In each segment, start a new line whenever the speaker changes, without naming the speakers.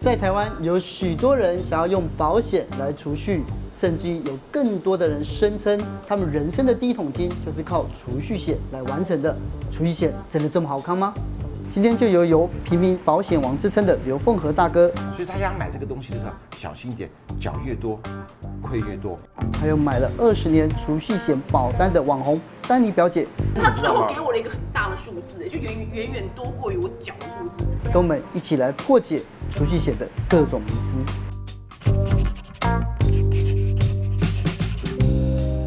在台湾，有许多人想要用保险来储蓄，甚至有更多的人声称，他们人生的第一桶金就是靠储蓄险来完成的。储蓄险真的这么好康吗？今天就由由平民保险王之称的刘凤和大哥，
所以大家买这个东西的时候小心一点，缴越多，亏越多。
还有买了二十年储蓄险保单的网红丹妮表姐，
他最后给我了一个很大的数字，就远远远多过于我缴的数字。
跟我们一起来破解储蓄险的各种迷思。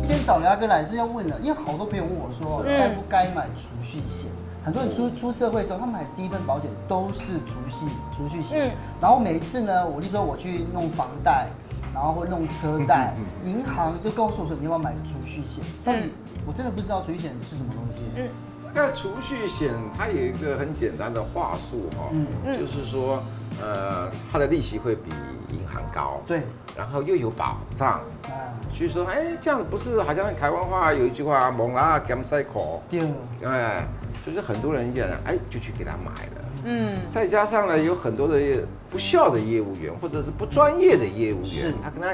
今天找刘大哥来是要问的，因为好多朋友问我说，该不该买储蓄险？很多人出出社会之后，他买第一份保险都是储蓄储蓄险。然后每一次呢，我就说我去弄房贷，然后或弄车贷，银行就告诉我说你要不要买储蓄险。但是我真的不知道储蓄险是什么东西。
那储蓄险它有一个很简单的话术哈、哦，就是说，呃，它的利息会比银行高，
对，
然后又有保障，
啊，
所以说，哎，这样不是好像台湾话有一句话“猛啊拉 g a m cycle”，
第二个，
哎，就是很多人讲，哎，就去给他买了。嗯，再加上呢，有很多的不孝的业务员，或者是不专业的业务
是
员，他跟他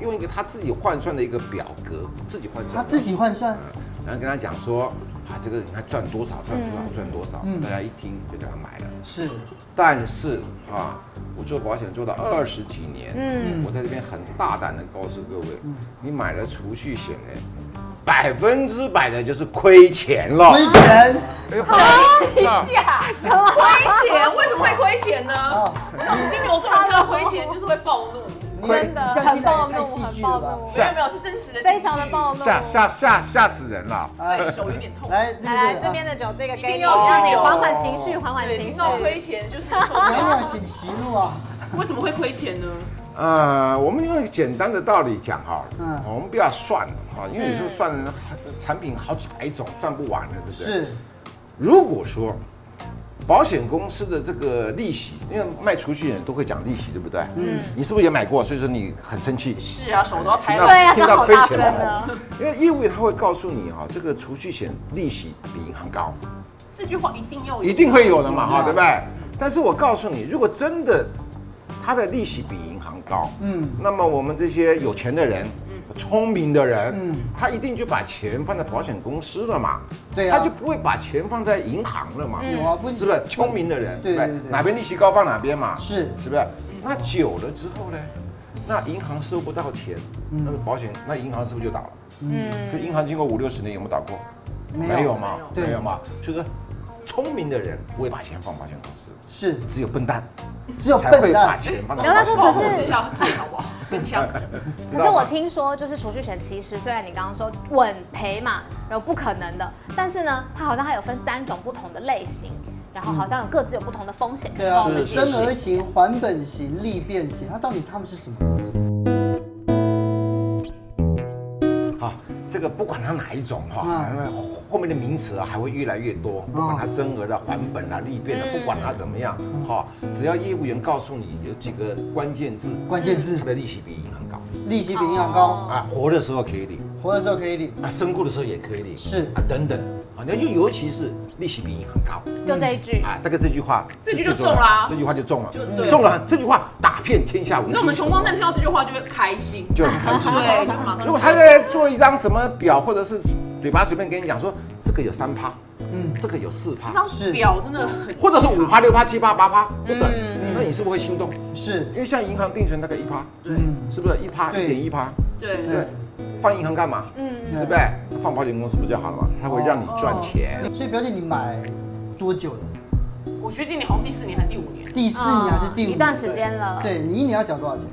用一个他自己换算的一个表格，自己换算的，嗯
他自己换算。
然后跟他讲说，啊，这个你看赚多少，赚多少，赚多少，
嗯
大家一听就给他买了。
是，
但是啊，我做保险做了二十几年，
嗯
嗯，我在这边很大胆的告诉各位，你买了储蓄险呢，百分之百的就是亏钱了。
亏钱
哎呦亏了
下什么亏钱？为什么会亏钱呢？
啊！
金牛座人要亏钱就是会暴怒，
你
真的
这样进来也
很暴
太
怒，
戏
很
剧了
暴
吧？
怒，
没有没有是真实的情绪，
非常的暴怒。
吓吓吓吓死人了！
对，手有点痛。
来，这个
来
是
来这边的酒，这个
一
给
定
你，
啊
要
让
喝
你
酒
缓缓情绪，缓缓
对，
情
听
绪。
到亏钱就是受
啊娘
不
娘，请息怒啊！
为什么会亏钱呢？
呃，我们用一个简单的道理讲哈，
嗯
我们不要算哈，因为有时候算产品好几百种，算不完的，对不对？
是，
如果说保险公司的这个利息，因为卖储蓄人都会讲利息，对不对？嗯，你是不是也买过？所以说你很生气。
是啊，手都要拍
听到。
了
对啊
听到
好
亏
大
钱
声啊
了，因为业务员他会告诉你哈、这个储蓄险利息比银行高，
这句话一定要有，
一定会有的嘛哈、对不对？但是我告诉你，如果真的它的利息比银行高，
嗯，
那么我们这些有钱的人，聪明的人，
嗯
他一定就把钱放在保险公司了嘛，
对啊
他就不会把钱放在银行了嘛，
有啊，不
是不是？聪明的人，
对
不
对对
哪边利息高放哪边嘛，
是
是不是？那久了之后呢，那银行收不到钱，
嗯
那个保险，那银行是不是就倒了？
嗯，
就银行经过五六十年有没有倒过？
没有
没有嘛，
对
没有嘛。所以说，聪明的人不会把钱放保险公司，
是，
只有笨蛋
只有
才会
哦笨
把
蛋
钱放到
刘大
保
哥
险公
保
可
司
是。
护之下借好不好？更强。
可是我听说，就是储蓄险，其实虽然你刚刚说稳赔嘛，然后不可能的，但是呢，它好像还有分三种不同的类型，然后好像有各自有不同的风险。
对啊
可以帮我们
是
解
真
释
额型、还本型、利变型，它到底他们是什么东西？
好，这个不管它哪一种哈、
嗯
那后面的名词啊还会越来越多，不管它增额的、还本啊、利变啊，不管它怎么样，哈、只要业务员告诉你有几个关键字，
关键字
它的利息比银行高
利息比银行高，
啊，活的时候可以领，
活的时候可以领，
啊，身故的时候也可以领，
是
啊，等等啊，那就尤其是利息比银行高。
就这一句，
啊，大概这句话，
这句
最
就
重要
中啦
这句话就中了嗯
就对，
中了，这句话打遍天下无敌
那我们穷光蛋听到这句话就会开心，
就很开 心。
对，就马上。
如果他在做一张什么表，或者是嘴巴随便给你讲说，这个有三趴，
嗯，
这个有四
那
趴，
张表真的很，
或者是五趴、六趴、七趴、八趴不等，
嗯
那你是不是会心动？
是，
因为像银行定存大概一趴，
对
嗯，
是不是一趴
对
一点一趴？
对
嗯
对，放银行干嘛？
嗯，
对不对？放保险公司不就好了嘛？它会让你赚钱。
所以表姐，你买多久了？
我学今年好像第四年还是第五年，
第
嗯
四年还是第五年？
一段时间了
对你一年要缴多少钱？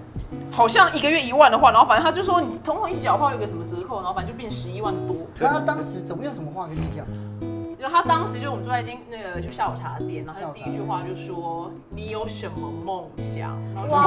好像一个月一万的话，然后反正他就说你统统一起缴的话有个什么折扣，然后反正就变十一万多。
那他当时怎么有什么话跟你讲？
然后他当时就我们坐在一间那个就下午茶店，然后他第一句话就说你有什么梦想？然后就
哇，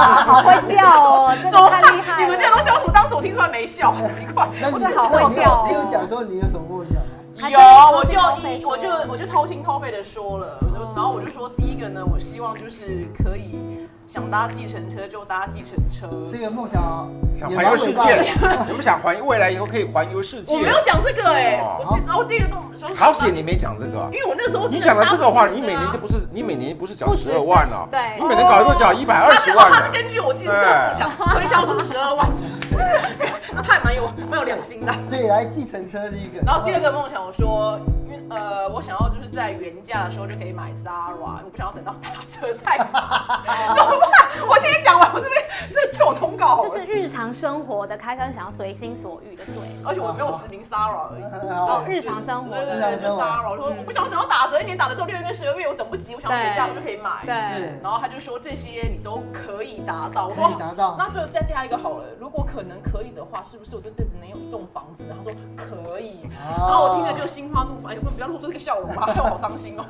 好会叫哦，这个太 厉 害
你们这些
了。
东西为什么当时我听出来没笑？很奇怪，
那你
我真的好会
你有
掉哦
你有讲说你有什么梦想吗？
还
有，
真的
我就
掏心掏
一
肺
我就
说
我就掏心掏肺的说了，然后我就说第一个呢，我希望就是可以想搭计程车就搭计程车，
这个梦想
想
也
环游
蛮
世
伟大
界
的。，
你们想环未来以后可以环游世界？
我没有讲这个哎、
哦
我然后第一个跟我们说，
好险你没讲这个。
因为我那时候
你讲了这个话，你每年
年
就不是你每年不是缴
不
十
止
二万
哦
了，
对
你每年搞一个缴一百二十万
他是
的，
根据我自己的梦想
哎
推销出十二万，是不是？ 那他也蛮有蛮有 良心的。
所以来计程车是一个。
然后第二个梦想，我说，因为呃，我想要就是在原价的时候就可以买 Zara，我不想要等到打折 再买，怎么办？我现在讲完，我是不是是不是退我通告好了？
就是日常生活的开销，你想要随心所欲的，对。
而且我没有指名 Zara 而已。
好，
哦日常生活
对对
的，
对，就 Zara，我说我不想等到打折，一年打折之后六月跟十二月我等不及，我想要原价我就可以买。
对
是，
然后他就说这些你都可以达到，我说
可以达到
哦那最后再加一个好了，如果可能可以的话，是不是我这辈子能有一栋房子呢？他说可以，然后我听了就心花怒放，哎，我不要露出这个笑容吧，害我好伤 心哦。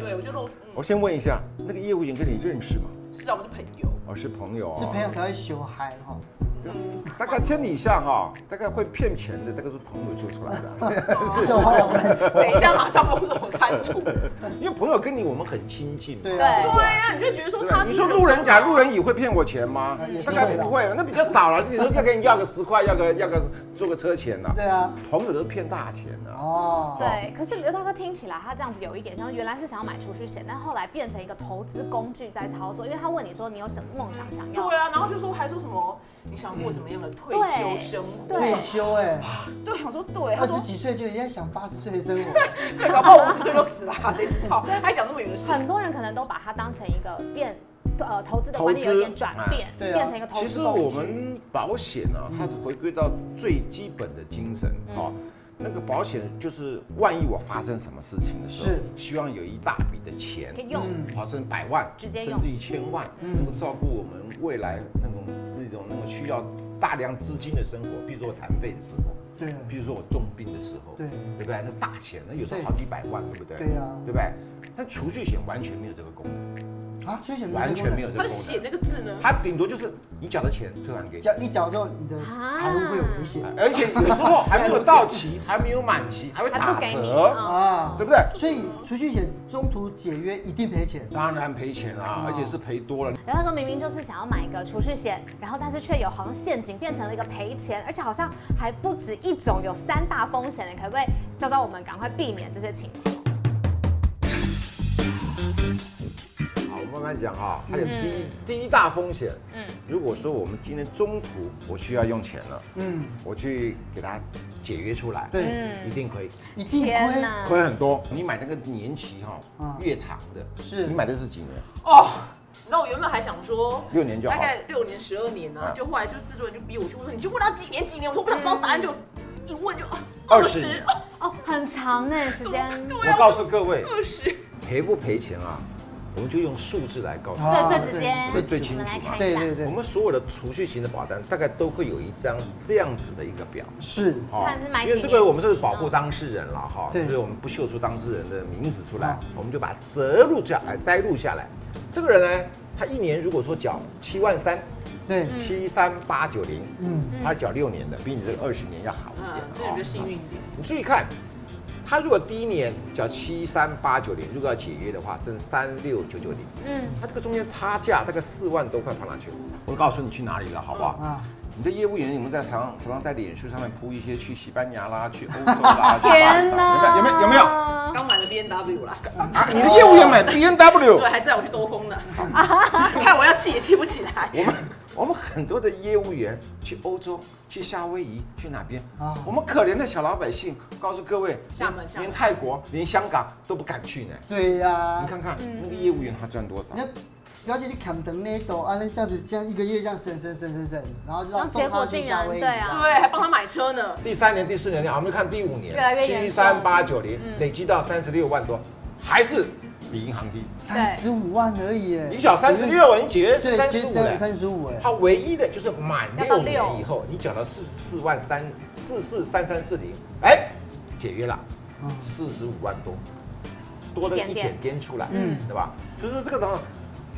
对，我就露，
我
嗯，
先问一下，那个业务员跟你认识吗？
是啊，我们是朋友，
哦，是朋友啊、
是朋友才会修嗨哈。
嗯，
大概天底下哈、大概会骗钱的，大概是朋友做出来的，啊
这话我不认识。
等一下马上封锁我删除。
因为朋友跟你我们很亲近嘛。
对
对
啊，
啊，你就觉得说
对
他
吧，你说路人甲、路人乙会骗我钱吗
嗯也？是
大
会
概
的
不会，啊那比较少了。你说要给你要个十块，要个要个坐个车钱呐、
对啊。
朋友都骗大钱啊的、
哦，
对，可是刘大哥听起来他这样子有一点像，原来是想要买储蓄险，但后来变成一个投资工具在操作，因为他问你说你有什么梦想想要
对啊，然后就说还说什么你想过怎么样的退休生活？
退休哎，
对，我想说对，他
二十
说
几岁就已经在想八十岁的生活，
对，搞不好五十岁就死了，谁 知道？还讲这么远的事。
很多人可能都把它当成一个变呃投资的观念有一点转变，
投资哎对啊
变成一个投
其
资
实
工具。
我们保险啊，它是回归到最基本的精神啊、哦那个保险就是，万一我发生什么事情的时候
是，
希望有一大笔的钱
可，以用，
嗯
好，甚至百万，
直接用
甚至一千万，能够照顾我们未来那种那种那种需要大量资金的生活，比如说我残废的时候，
对
比如说我重病的时候，
对
对不对？那大钱，那有时候
对
好几百万，对不对？
对啊
对不对？但储蓄险完全没有这个功能，
啊，休闲
完全没有这
他
个
的
功
写
能，
那个字呢？
它顶多就是你缴的钱退还给你。
缴一缴之后，你的
啊
财务会有危险
哎而且有时候还没有到期，还没有满期，还会
还不
打
给你哦
折，
啊
对。不对？
所以储蓄险中途解约一定赔钱，
当然赔钱啊，而且是赔多了。
然后他说明明就是想要买一个储蓄险，然后但是却有好像陷阱变成了一个赔钱，而且好像还不止一种，有三大风险的，可不可以教教我们赶快避免这些情况？
好，我慢慢讲啊。还有第一第一大风险，
嗯
如果说我们今天中途我需要用钱了，
嗯，
我去给它解约出来，
对
一定亏，
一定
天
亏。
哪！
亏很多。你买那个年期哈
嗯，
越长的，
是
你买的是几年？
哦，你知道我原本还想说
六年就好
大概六年、十二年呢、啊，
嗯
就后来就制作人就逼我去问说，你去问他几年几年，我说我不想知道答案，就一问就
嗯
啊
二十年
哦
哦，很长呢，时间。
对
我
啊，
告诉各位，
二十，
赔不赔钱啊，我们就用数字来告诉你。
啊
哦对，最直接，
最最清楚
我们来看一
对
下，
对对
我，们所有的储蓄型的保单大概都会有一张这样子的一个表。
是
哦
看是买几
因为这
年
个我们是保护当事人了哈，
对
所以我们不秀出当事人的名字出来
哦，
我们就把它摘录下来，哎摘录下来。这个人呢，他一年如果说缴七万三，
对，
嗯
七三八九零，
嗯，
他缴六年的，比你这个二十年要好一
嗯，这
点
人
哦
就幸运一点。
你注意看，他如果第一年缴七三八九零，如果要解约的话，剩三六九九零，
嗯，
他这个中间差价大概四万多块跑哪去了？我告诉你去哪里了，好不好？
啊，
你的业务员有没有在常常常在脸书上面铺一些去西班牙啦、去欧洲啦？去巴黎
天
啦
哪！
有没有有没有有没有
刚买了 B N W 啦，
啊？你的业务员买 B N W，
对，还在我去兜风呢，看我要气也气不起来。
我们我们很多的业务员去欧洲、去夏威夷、去哪边
啊
我们可怜的小老百姓，告诉各位，
厦门厦门
连泰国、连香港都不敢去呢。
对呀
你。看看
嗯
那个业务员他赚多少
你？看，表姐你砍藤那斗，啊，那这样子，这样一个月这样省省省省省，然后就
然
要
后结
送
果
他去
竟
夏
然
威夷。
对啊，
对，还帮他买车呢，
第三年、第四年，我们看第五年，
越来越
七
严重嗯
三八九零，累积到三十六万多，还是比银行低。
三十五万而已耶，
你缴三十六，你解约
对，
三
其
十
实
五
三
了。
三十五哎，
它唯一的就是满
要到
六年
六
以后，你缴了四四万三四四三三四零，哎，解约了
嗯，
四十五万多，多了
一
一
点点
点点出来，
嗯
对吧？所以说这个东西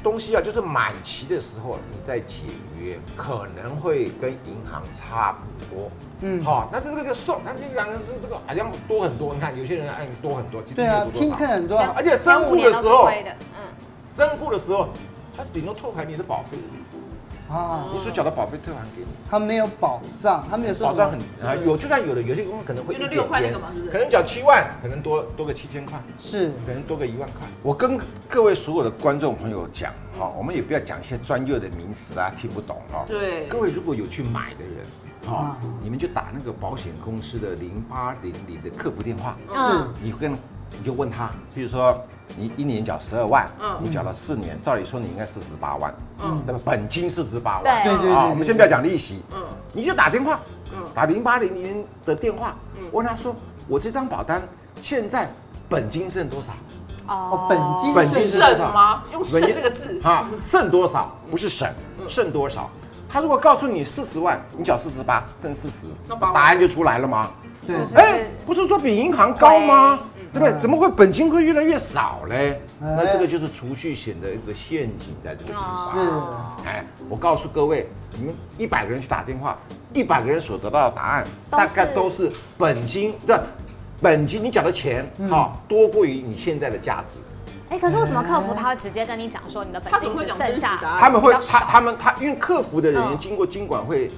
东西啊，就是满期的时候你再解约，可能会跟银行差不多。嗯，好，那这个就送，那这两个这个哎好像多很多。你看有些人按多很多，今
对
天
啊
有，多
听
少
课很多啊，
而且
前
身
五
故
年
的
都
时
是
候，
亏的，嗯，
身故的时候，他顶多退还你的保费，
啊，
你所缴的保费退还给你，
他没有保障，他没有说
保障
什
很
么
啊有，就算有的，有些公司可能会
就
一
是
点
六块那
点
个嘛是不是
可能缴七万，可能多多个七千块。
是
可能多个一万块。我跟各位所有的观众朋友讲，哈、我们也不要讲一些专业的名词啊，听不懂哈、
对
各位如果有去买的人，哈、
啊
你们就打那个保险公司的零八零零的客服电话，
是
嗯
你跟
嗯
你就问他，比如说你一年缴十二万，
嗯
你缴了四年，照理说你应该四十八万，
嗯
嗯，那么本金四十八万，
对
对对对
啊
对
我们先不要讲利息，
嗯
你就打电话，
嗯
打零八零零的电话
嗯，
问他说，我这张保单现在本金剩多少？
哦本金
本金
是
是
肾吗？用肾
本金
这个字，
啊，剩多少？不是省，剩多少？他如果告诉你四十万，你缴四十八，剩四十
那，八万
答案就出来了吗？
对
就是
哎，不是说比银行高吗
会？
对不对？
嗯
怎么会本金会越来越少嘞？
哎
那这个就是储蓄险的一个陷阱在这个地
哦
方。
是
哎，我告诉各位，你们一百个人去打电话，一百个人所得到的答案，
都是
大概都是本金对，本金你缴的钱哈多过于你现在的价值。
哎，可是为什么客服他会直接跟你讲说你的
他
本
怎么会
金只
讲真
剩
实答
下？
案？
他们会
啊比较少
他他们他因为客服的人
嗯
员经过经管会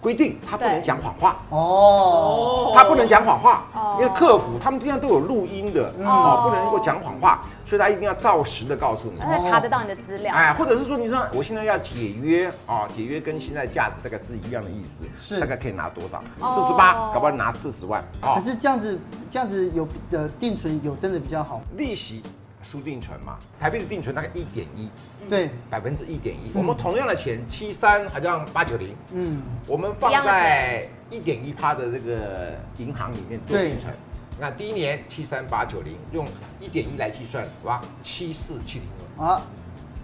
规定，他不能
对
讲谎话。
哦，
他不能讲谎话
哦，
因为客服他们经常都有录音的，哦，不能够讲谎话，所以他一定要照实的告诉你。
那他查得到你的资料，
哎，或者是说，你说我现在要解约啊，解约跟现在价值大概是一样的意思，
是
大概可以拿多少？
哦
四十八，搞不好拿四十万啊
可。是这样子这样子有呃定存有真的比较好，
利息输定存嘛，台币的定存大概一点一，
嗯
对，
百分之一点一。我们同样的钱，七三好像八九零，
嗯，
我们放在一点一趴的这个银行里面做
对
定存。那第一年七三八九零，用一点一来计算，哇，七四七零二，
啊，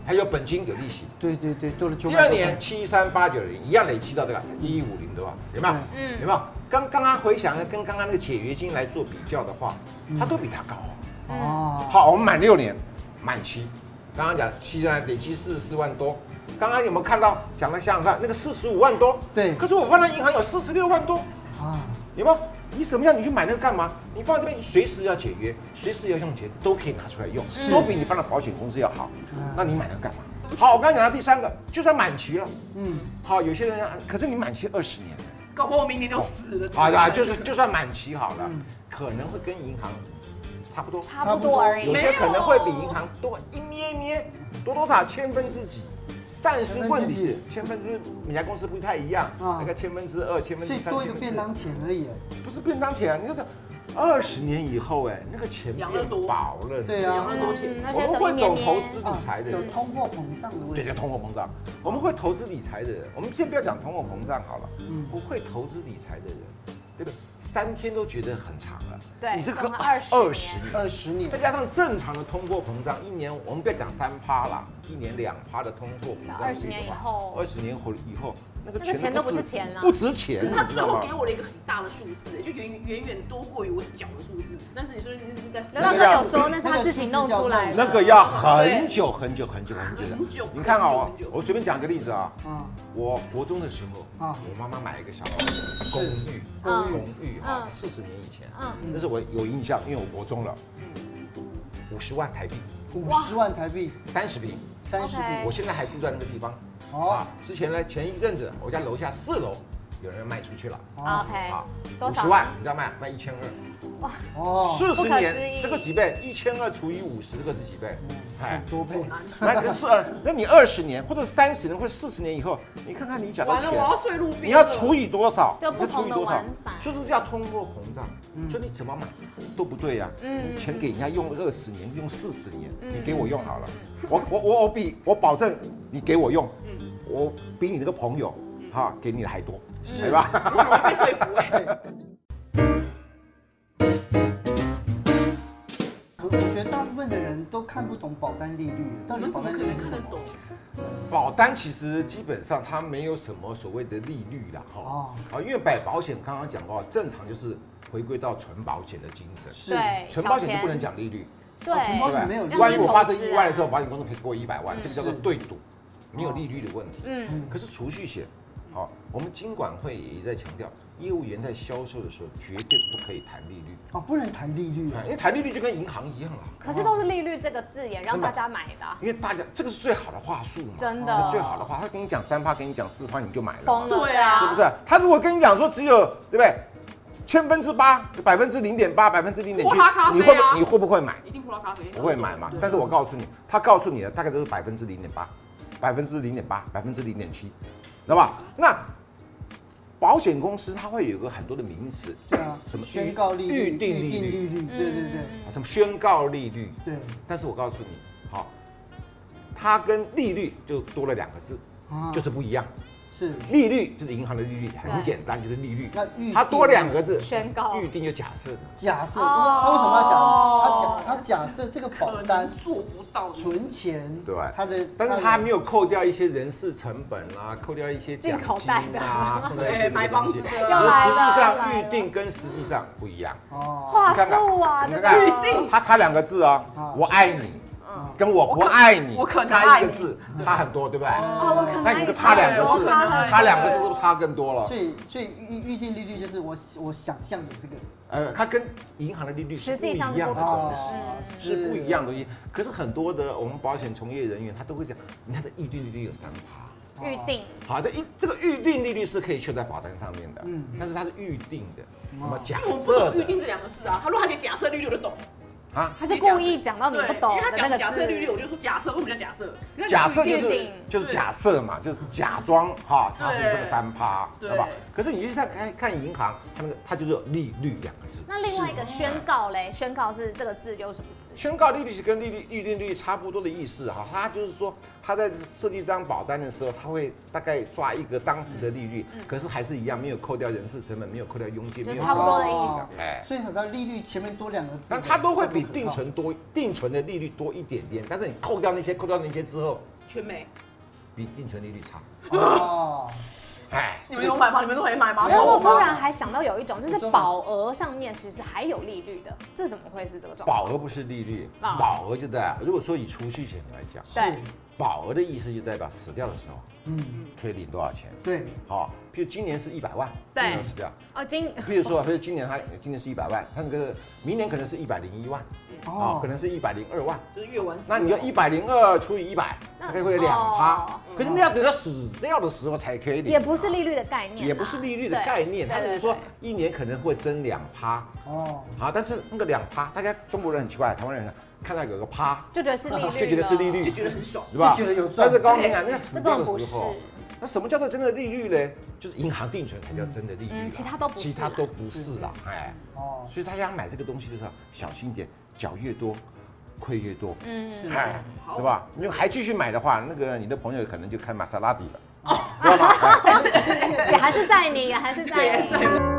还有本金有利息。
对对对，多了九
第
百，
二年七三八九零一样累积到这个一五零多少，有没有？
嗯
有没有？刚刚刚回想跟刚刚那个解约金来做比较的话，它都比它高、哦。
嗯
哦，
好，我们满六年，满期，刚刚讲期在累积四十四万多。刚刚有没有看到？讲了想想看，那个四十五万多，
对
可是我放在银行有四十六万多，
啊，
有没有？你什么样你去买那个干嘛？你放在这边，你随时要解约，随时要用钱都可以拿出来用，都比你放到保险公司要好
嗯。
那你买那个干嘛？好，我刚刚讲到第三个，就算满期了，
嗯，
好，有些人啊可是你满期二十年了。
搞不好我明年就死了。
好啦，就是就算满期好了
嗯，
可能会跟银行差不多，
差不多而已
有。些可能会比银行多一咩咩，多多少千分之几。但是问题是，千分之每家公司不太一样，
啊
大概千分之二、千分之
所以
三、
多一
千
个
分
便
之
当钱而已，啊
不是便当钱，你看这二十年以后，哎，那个钱变
养乐多
薄了，
对啊
嗯
嗯，那
我
现
们
在
会
怎么
懂投
年
资
年？
啊
理财的
有
人，
通货膨胀的问
对
题
对，，通货膨胀，我们会投资理财的人，我们先不要讲通货膨胀好了，
嗯
我会投资理财的人，对不对？三天都觉得很长了，
对
你这个
通常20
二十年。
二十年
再，加上正常的通货膨胀，一年我们不要讲三趴啦，一年两趴的通货膨胀，
二十年以后
二十年后以后，那个
那个钱都不是
值
钱了
不值钱，
可是他
你知
最
道
后
吗？
给我了一个很大的数字，就远远远多过于我缴的数字。但是你说你是在
难道他有说那是他自己弄出来的？
那个要很久很久很久很久的
很久
你看啊
很久很久，
我随便讲个例子啊，
啊，
我国中的时候
啊
我妈妈买一个小公寓，
嗯
公寓啊
嗯，
四十年以前，啊
嗯
那是我有印象，因为我国中了，五十万台币，
五十万台币，
三十平。
三十
OK
平，
我现在还住在那个地方。
哦
啊，之前呢，前一阵子我家楼下四楼有人卖出去了，
啊
，OK，
啊，
哎多
五
少？
十万，你知道卖卖一千二，
哦，
四
不
十
可思议嗯
年这个几倍？一千二除以五十，这个是几倍？ 哎
很，多倍，
那你是二，那你二十年或者三十年或者四十年以后，你看看你缴的
完了，
钱
我，要睡路边。
你要除以多少？
就不
你要
同
除以
的
多少
玩法？
就是叫通货膨胀，所以你怎么买都不对呀、
嗯
你钱给人家用二十年，用四十年，
嗯
你给我用好了，我我我我比我保证你给我用，
嗯
我比你那个朋友哈给你的还多，
嗯
对吧？
我很容易被说服哎、
我我觉得大部分的人都看不懂保单利率，到
我
底
们
保
怎
单
么
利
可
率
能
是
看
什
得
么
懂？？
保单其实基本上它没有什么所谓的利率啦，
哦
哈，啊，因为买保险刚刚讲过，正常就是回归到纯保险的精神，
是
对，
纯
小
保险就不能
钱
讲利率，
对
存
哦
款没
对
有利
那
率，
万一
你
我
投
发生
资
意
啊
外的时候，保险公司赔给我一百万，这个叫做
是
对赌，没有利率的问题。
哦嗯，
可是储蓄险，好，我们金管会也一再强调，业务员在销售的时候绝对不可以谈利率，
哦，不能谈利率啊，
嗯
因为谈利率就跟银行一样啊，
可是都是利率这个字眼让大家买的啊，
因为大家这个是最好的话术嘛，
真
哦这最
的
好的话，他跟你讲三趴，跟你讲四趴，你就买了嘛，
疯了，
对啊，
是不是？他如果跟你讲说只有对不对，千分之八、百分之零点八、百分之零点七
我喝咖，啡啊
你会不你会不会买？
一定葡萄咖啡，
不会买嘛
对？
但是我告诉你，他告诉你的大概都是百分之零点八、百分之零点八、百分之零点七，知道吧？那保险公司它会有一个很多的名词，
对啊，
什么
宣告利率、
预定利
预定利
率，
率，对对
嗯
对
什么宣告利率。
对
但是我告诉你，好，它跟利率就多了两个字，
啊
嗯就是不一样。
是
利率就是银行的利率，很
对
简单，就是利率。
那预
它多
定
两个字，
宣告
预定就假设的，
假设，
哦
他为什么要讲？他假他假设这个保
可
单
能做不到的。
存钱，
对
他的，
但是
的
他还没有扣掉一些人事成本啊，扣掉一些奖
进口
金
袋的
啊，扣掉 一些
对，哎啊买房
这
子
个东西
的
要
所以
来
实
了
际
要
上
来了
预定跟实际上不一样，
哦，
话术啊，
你
这
看
个
看
预定
它差两个字啊
啊，
我爱你，
嗯
跟我
我
不
可
爱你，
我可能
差一
爱
个
你哦
字，差很多，对不对？
啊，我哎可能
那
也
你就
太
差两个
哎我
字，
可能爱你
差两个字都差更多了
所。以所以预预定利率就是我我想象的这个
呃，它跟银行的利率是
实
不一
际上
样
是
的
不同
东
的
西。
是
是不一样的东西，可是很多的我们保险从业人员他都会讲，你看这预定利率有三趴，
预
哦
定，
好的，一这个预定利率是可以确在保单上面的，
嗯
嗯，但是它是预定的，那么假
因为哦我不
设
懂“预
的
定”这两个字啊，他如果他写假设利率，我就懂。
啊，
他就故意讲到哦你
对，
不懂
因为他
的那
讲
个
假设利率，
字。
我就说假设，为什么叫假设？因为
假设就
预
是
定
就是
对
假设嘛，就是假装哈，
对
它是这个三趴，
对
对吧？可是你就像看看银行，它那个它就是有利率两个字，
那另外一个宣告嘞，宣告是这个字又是不字？
宣告利率是跟利率预定利率差不多的意思哈，它就是说，它在设计这张保单的时候，它会大概抓一个当时的利率，可是还是一样，没有扣掉人事成本，没有扣掉佣金，
就
没有
差不多的意
哦
思。
哎
所以想到利率前面多两个字，
但它都会比定存多，定存的利率多一点点，但是你扣掉那些，扣掉那些之后，
全没。
比定存利率差。
哦，
哎，
你们有买吗？你们都没买吗？
然后我
我妈
突
妈
然还想到有一种，就是保额上面其实还有利率的，这怎么会是这个状况？
保额不是利率，
啊
保额就在如果说以储蓄险来讲，
对，
保额的意思就代表死掉的时候
嗯，
可以领多少钱。
对，
好，譬如今年是一百万，
对
没有死掉。
哦，今
譬如说，譬如今年他今年是一百万，他那个明年可能是一百零一万，哦，可能是一百零二万。
就是越玩，
那你就一百零二除以一百，大概会有两趴
哦。
可是那要等到死掉的时候才可以领，
也不是利率的概念啦，啊
也不是利率的概念，
对
它只
对
是说
对
一年可能会增两趴。
哦，
好，但是那个两趴，大家中国人很奇怪，台湾人看到有个趴，
就觉得是利率了，
就觉得是利率
就，觉得很爽。
是吧？
就觉得有赚
但是刚刚你讲，那个
这
死掉
根本
的
不
时
是。
候，啊那什么叫做真的利率呢？就是银行定存才叫真的利率啦、
嗯其他都不是啦
其他都不是啦，哎，
哦，
所以大家买这个东西的时候小心一点，缴越多，亏越多，
嗯，
是
哎，
好
对吧？你还继续买的话，那个你的朋友可能就开玛莎拉蒂了，
哦
知道吗？哎
也还是在你，也 还是在你。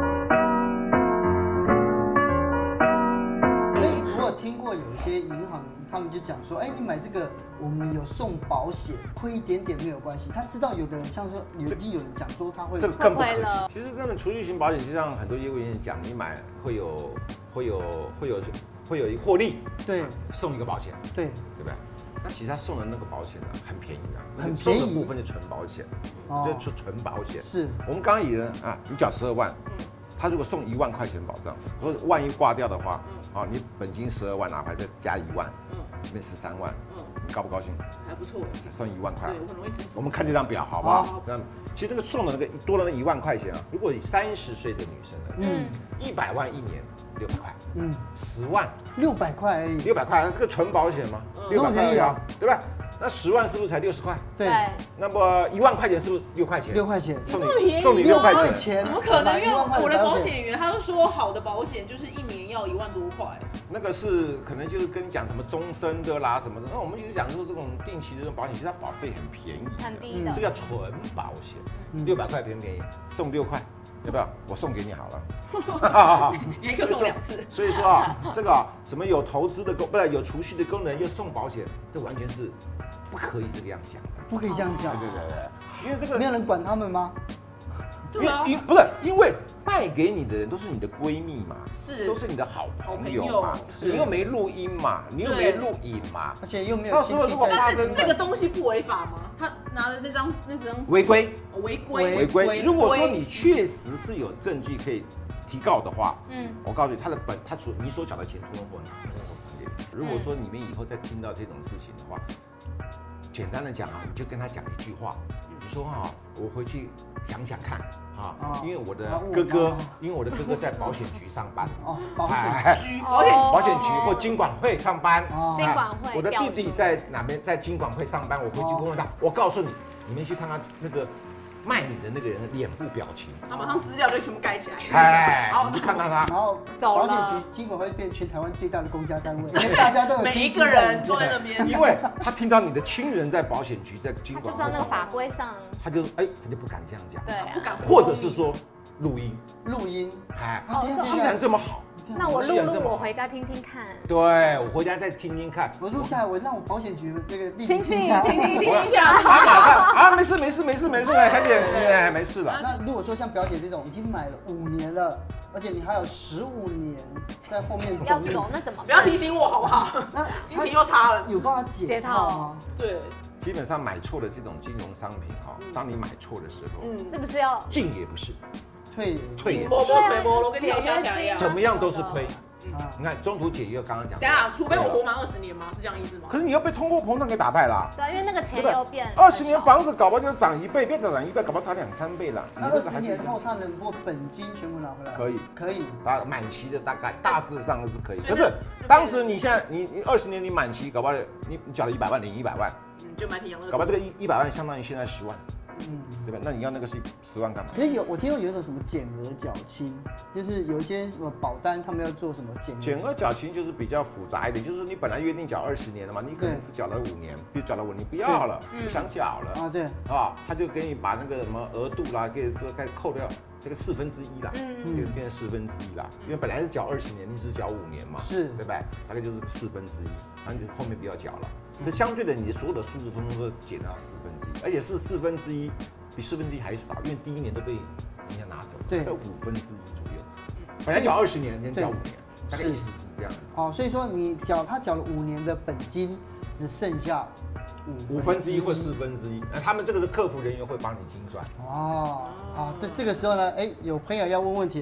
所以我有听过有一些银行，他们就讲说，哎，你买这个，我们有送保险，亏一点点没有关系。他知道有的人像说，有已经有人讲说他会
这个更不可
太亏了
行。其实他们储蓄型保险，就像很多业务员讲，你买会有会有会有会有一获利，
对
送一个保险，
对
对不对？那其实他送的那个保险呢、很便宜的、啊，
很
那个送
便宜
的部分是纯保险，
哦
就是纯保险。
是
我们刚刚也啊，你缴十二万，
嗯
他如果送一万块钱保障，如果万一挂掉的话，
嗯
啊，你本金十二万，哪怕再加一万，
嗯
这边十三万，
嗯，
你高不高兴？
还不错。
算一万块
对，。我很容易知
啊我
足。
们看这张表好不好
好？
那其实那个送的那个多了那一万块钱啊，如果三十岁的女生呢，
嗯，
一百万一年六百块，
嗯，
十万
六百块而已，
六百块，那个纯保险吗？
嗯
六百块而
那么便宜
已
啊，
啊对吧？那十万是不是才六十块？
对，
那么一万块钱是不是六块钱？
六块钱，
送
这么便
你
宜
送你六块
六
钱，
钱
怎么可能？
买
因
一
为
万块
我的保
保
险员他就说，好的保险就是一年要一万多 块。
那个是可能就是跟你讲什么终身的啦什么的。那我们就是讲说这种定期的这种保险，其实它保费很便宜的，啊
很低的
这叫纯保
嗯
险，六百块便不便宜？送六块，要不要？我送给你 好了。
你一个送两次，
所以说啊，这个啊什么有投资的功，不是有储蓄的功能，又送保险，这完全是不可以这个样讲的。
不可以这样讲，
对对对对，因为这个
没有人管他们吗？
对啊
因因不是因为卖给你的人都是你的闺蜜嘛，
是
都是你的好朋友
好
嘛，
朋友
你又没录音嘛，你又没录影嘛，
而且又没有
到时
亲
候
戚
如果
在
发
但
生
是这个东西不违法吗？他拿的那张那张
违规
违规
违规，如果说你确实是有证据可以提告的话，
嗯，
我告诉你，他的本他除你所缴的钱通通不能拿，通通不能拿如果说你们以后再听到这种事情的话，简单的讲啊，你就跟他讲一句话，
嗯
你说啊，我回去想想看啊
哦，
因为我的
那我
哥哥
呢，
因为我的哥哥在保险局上班，
哦，保险
哎
拘
保
保
险
险
保险局或金管会上班，
哦
金管会
我的弟
调
弟
出
在哪边，在金管会上班，我回去问问
哦
他，我告诉你，你们去看看那个卖你的那个人的脸部表情，
他马上资料就全部盖起来。
哎
好，
你去看看他。
然后
走
保
了
险局基本会变全台湾最大的公家单位，因为大
哎
家都有
每一
亲戚
个人
在里面
坐在那 边，
因为他听到你的亲人在保险局、在金
他就
管
知道那个
会，
法规上，
他就哎，他就不敢这样讲，
对啊
不。敢，
或者是说录音，
录音，
哎
啊对啊，
既然这么好，
那我录
既然这
录，
么
我
好
回家听听看。
对我回家再听听看。
我录下来，我让我保险局那个立
亲戚，
听下
听
来。
听听一下。
他马上啊，没事没事没事没事，哎，小姐，哎，没事了。
那如果说像表姐这种已经买了五年了，而且你还有十五年在后面
要
等你，
走那怎么办？
不要提醒我好不 好？
那
心情又差了。
有办法解
解
套
套
吗？
对，
基本上买错了这种金融商品哈，当你买错的时候，
嗯，
是不是要
进也不是，
退
退也不
摸
是，
摸腿摸，我跟跳下来一样
解约金。
怎么样都是亏。
啊，
你看中途解约，刚刚讲
等一下，啊除非我活
过，
满二十年吗？是这样意思吗
可？是你又被通货膨胀给打败了。
对啊，因为那个钱
对
又变
二十年
很少
房子搞不好就涨一倍，变涨涨一倍，搞不好涨两三倍了。
那
你
二
这个
十
还是一
年
样
后他能不能本金全部拿回来？
可以
可以。
啊，满期的大概大致上是可以，可
所以那
是当时你现在你你二十年你满期，搞不好你你缴了一百万领一百万，
嗯，就买瓶养乐
搞不好
多。
这个一一百万相当于现在十万，
嗯，
对吧？那你要那个是十万干嘛？
可是有我听说有一种什么减额缴清，就是有一些什么保单他们要做什么减额
减额缴清就是比较复杂一点，就是你本来约定缴二十年的嘛，你可能
对
只缴了五年，就缴了五年不要了，不想缴了
啊，对，
啊，他就给你把那个什么额度啦，给都该扣掉这个四分之一啦，
嗯，
就变成四分之一啦，因为本来是缴二十年，你只缴五年嘛，
是
对不对？大概就是四分之一，然后你就后面不要缴了。可相对的，你所有的数字通通都减到四分之一，而且是四分之一，比四分之一还少，因为第一年都被人家拿走，
对
大概五分之一左右。本来缴二十年，人家缴五年，大概意思是这样的。
哦，所以说你缴他缴了五年的本金，只剩下
五分之一或四分之一，那他们这个是客服人员会帮你精算。
哦，好，这这个时候呢，哎，有朋友要问问题，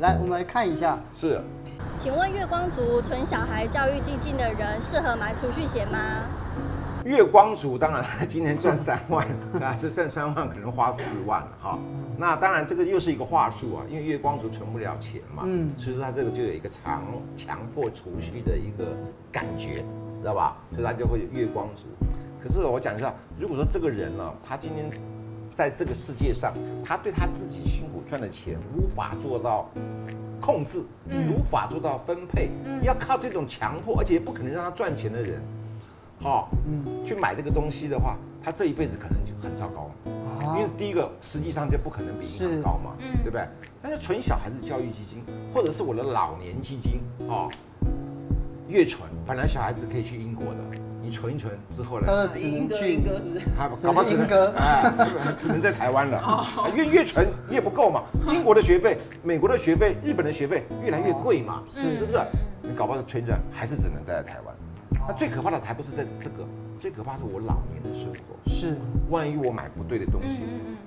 来，我们来看一下，
是，
请问月光族存小孩教育基金的人适合买储蓄险吗？
月光族当然他今年赚三万，啊，这赚三万可能花四万了哈。那当然这个又是一个话术啊，因为月光族存不了钱嘛，
嗯
所以说他这个就有一个强强迫储蓄的一个感觉，知道吧？所以他就会有月光族。可是我讲一下，如果说这个人呢、他今天在这个世界上，他对他自己辛苦赚的钱无法做到控制，无法做到分配，要靠这种强迫，而且不可能让他赚钱的人，好、
嗯
去买这个东西的话，他这一辈子可能就很糟糕，
啊
因为第一个实际上就不可能比银行高嘛，
是嗯
对不对？但是存小孩子教育基金，或者是我的老年基金哦，越存，本来小孩子可以去英国的，你存一存之后呢，
但是只能
英哥，
去
英哥是不是？
他
是
搞不好只能
英哥
哎，只能在台湾了，啊越越存越不够嘛。英国的学费、美国的学费、日本的学费越来越贵嘛，
是
是不是？你搞不好存着还是只能待在台湾。那最可怕的还不是在这个，最可怕是我老年的生活。
是，
万一我买不对的东西，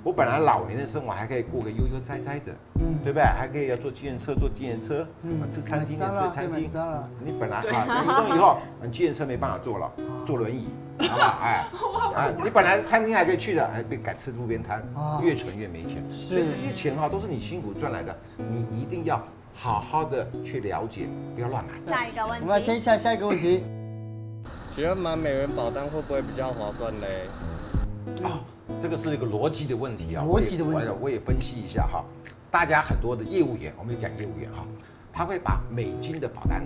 我本来老年的生活还可以过个悠悠哉哉的，
嗯
对不对？还可以要坐计程车，坐计程车，吃餐厅也
买
吃
沙拉
餐
可以买
厅
沙拉。
你本来啊，你移动以后，你计程车没办法坐了，坐轮 椅，好吧？哎，啊，你本来餐厅还可以去的，哎，被改吃路边摊
啊，
越存越没钱。
是
所以这些钱哈，都是你辛苦赚来的，你一定要好好的去了解，不要乱买。
下一个问
我们来听一
题，
下下一个问题，
请问买美元保单会不会比较划算嘞？
哦，这个是一个逻辑的问题啊，
逻辑的问题
我也我也分析一下哈。大家很多的业务员，我们也讲业务员哈，他会把美金的保单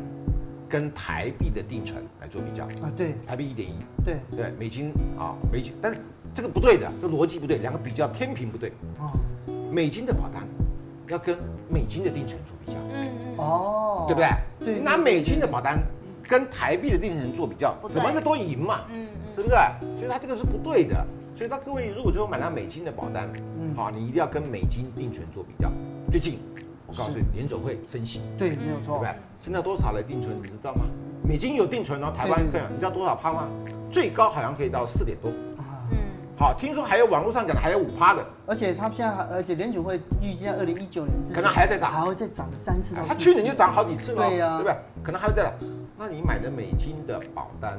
跟台币的定存来做比较，
啊，对
台币一点一，
对，
对，美金啊，美金，但是这个不对的，这逻辑不对，两个比较天平不对。
哦
美金的保单要跟美金的定存做比较，
嗯嗯，
哦，
对不对？
对
你拿美金的保单跟台币的定存做比较
不，对
怎么就都赢嘛？
嗯嗯
是不是？所以它这个是不对的。所以那各位如果说买到美金的保单，
嗯
好，你一定要跟美金定存做比较。最近我告诉
是哦
你，联总会升息，
对，没有
对不
错
对，？升到多少了定存，你知道吗？美金有定存哦，台湾
对对
更，你知道多少趴吗？最高好像可以到四点多，
啊
嗯，
好，听说还有网络上讲的还有五趴的，
而且它现在还，而且联储会预计在二零一九年之前
可能还在涨
还会再涨三次到四次。
它去年就涨好几次了，
对呀
对不对？可能还会再涨。那你买的美金的保单，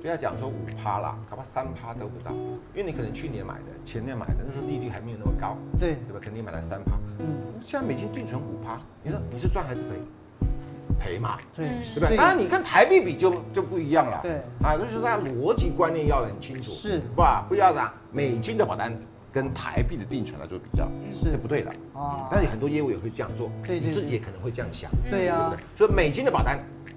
不要讲说五趴啦，搞不好三趴都不到，因为你可能去年买的、前年买的，那时候利率还没有那么高，
对，
对吧？可能你买了三趴，
嗯，
现在美金定存五趴，你说你是赚还是赔？赔嘛，
所以
对不
所
对？
以
当然你跟台币比就就不一样了，
对
啊，就是它逻辑观念要很清楚，
是
不啊？不要拿美金的保单跟台币的定存来做比较，
是
这不嗯对的。
啊，
但是很多业务也会这样做，
对对
你自己也可能会这样想，
对啊
对
呀
不对，？所以美金的保单，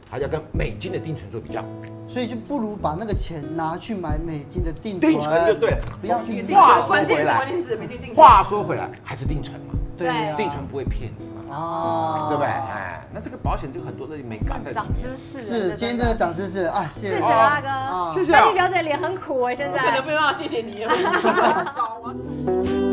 它要跟美金的定存做比较，
所以就不如把那个钱拿去买美金的定
定存就对了。
不要去
定
买
哇
存关键字关键字没进定存。
话说回来，还是定存嘛，
对啊
定存不会骗你嘛，
啊
对不对？哎，那这个保险就很多的美感在里
长
面。
知识了
是，今天真的，长知识啊！谢
谢
谢
谢
你
拉
啊
哥，
谢谢啊
但是表姐脸很苦哎，现
可
在
能。没办法谢谢你，我心情很糟啊。